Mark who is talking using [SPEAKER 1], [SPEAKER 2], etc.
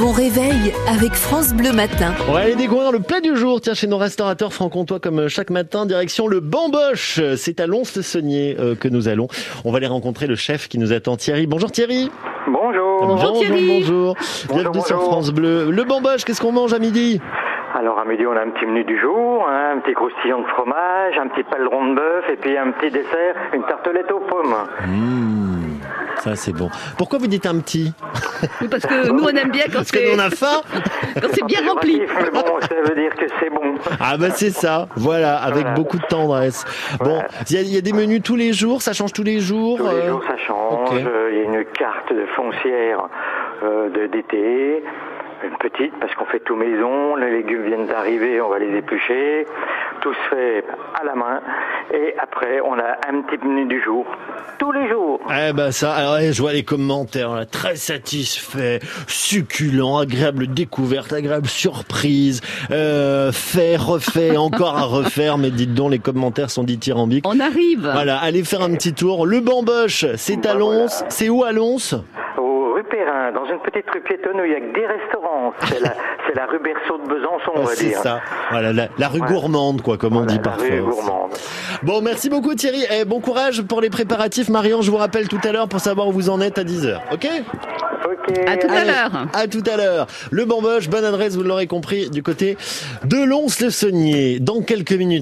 [SPEAKER 1] Bon réveil avec France Bleu Matin.
[SPEAKER 2] On va aller découvrir le plat du jour. Tiens, chez nos restaurateurs franc-comtois, comme chaque matin, direction le Bamboche. C'est à Lons-le-Saunier euh, que nous allons. On va aller rencontrer le chef qui nous attend, Thierry. Bonjour Thierry.
[SPEAKER 3] Bonjour.
[SPEAKER 2] bonjour,
[SPEAKER 1] Thierry.
[SPEAKER 2] bonjour. Bienvenue
[SPEAKER 3] bonjour.
[SPEAKER 2] sur France Bleu. Le Bamboche, qu'est-ce qu'on mange à midi
[SPEAKER 3] Alors à midi on a un petit menu du jour, hein, un petit croustillon de fromage, un petit paleron de bœuf et puis un petit dessert, une tartelette aux pommes.
[SPEAKER 2] Mmh, Ça, c'est bon. Pourquoi vous dites un petit
[SPEAKER 4] Oui, parce que nous, on aime bien quand
[SPEAKER 2] Parce que
[SPEAKER 4] c'est
[SPEAKER 2] nous, on a faim
[SPEAKER 4] quand c'est bien rempli.
[SPEAKER 3] Péjoratif, Mais bon, ça veut dire que c'est bon.
[SPEAKER 2] Ah bah c'est ça, voilà, avec
[SPEAKER 3] Voilà.
[SPEAKER 2] beaucoup de tendresse. Bon,
[SPEAKER 3] Ouais.
[SPEAKER 2] il y, a- il y a des menus tous les jours, ça change tous les jours.
[SPEAKER 3] Tous les
[SPEAKER 2] euh,
[SPEAKER 3] jours ça change,
[SPEAKER 2] ok.
[SPEAKER 3] Euh, il y a une carte de foncière euh, de- d'été, une petite parce qu'on fait tout maison, les légumes viennent d'arriver, on va les éplucher, tout se fait à la main et après on a un petit menu du jour, tous les jours.
[SPEAKER 2] Eh ben ça, alors, eh, je vois les commentaires là, très satisfait, succulent, agréable découverte, agréable surprise, euh, fait, refait, encore à refaire, mais dites donc, les commentaires sont dithyrambiques.
[SPEAKER 4] On arrive.
[SPEAKER 2] Voilà, allez faire un petit tour. Le Bamboche, c'est à
[SPEAKER 3] Bah,
[SPEAKER 2] Lons,
[SPEAKER 3] voilà.
[SPEAKER 2] c'est où à Lons
[SPEAKER 3] Au rue Perrin, dans une petite rue piétonne où il n'y a que des restaurants. C'est la, c'est la rue Berceau de Besançon, on
[SPEAKER 2] Ah,
[SPEAKER 3] va
[SPEAKER 2] C'est
[SPEAKER 3] dire.
[SPEAKER 2] ça, voilà, la, la rue
[SPEAKER 3] Ouais.
[SPEAKER 2] gourmande, quoi, comme on
[SPEAKER 3] Voilà,
[SPEAKER 2] dit
[SPEAKER 3] la
[SPEAKER 2] parfois.
[SPEAKER 3] rue
[SPEAKER 2] aussi.
[SPEAKER 3] gourmande.
[SPEAKER 2] Bon, merci beaucoup Thierry, et bon courage pour les préparatifs. Marion, je vous rappelle tout à l'heure pour savoir où vous en êtes à 10h, ok
[SPEAKER 3] Ok.
[SPEAKER 4] À tout à
[SPEAKER 2] Allez,
[SPEAKER 4] l'heure.
[SPEAKER 2] À tout à l'heure. Le Bamboche, bonne adresse, vous l'aurez compris, du côté de Lons-le-Saunier. Dans quelques minutes.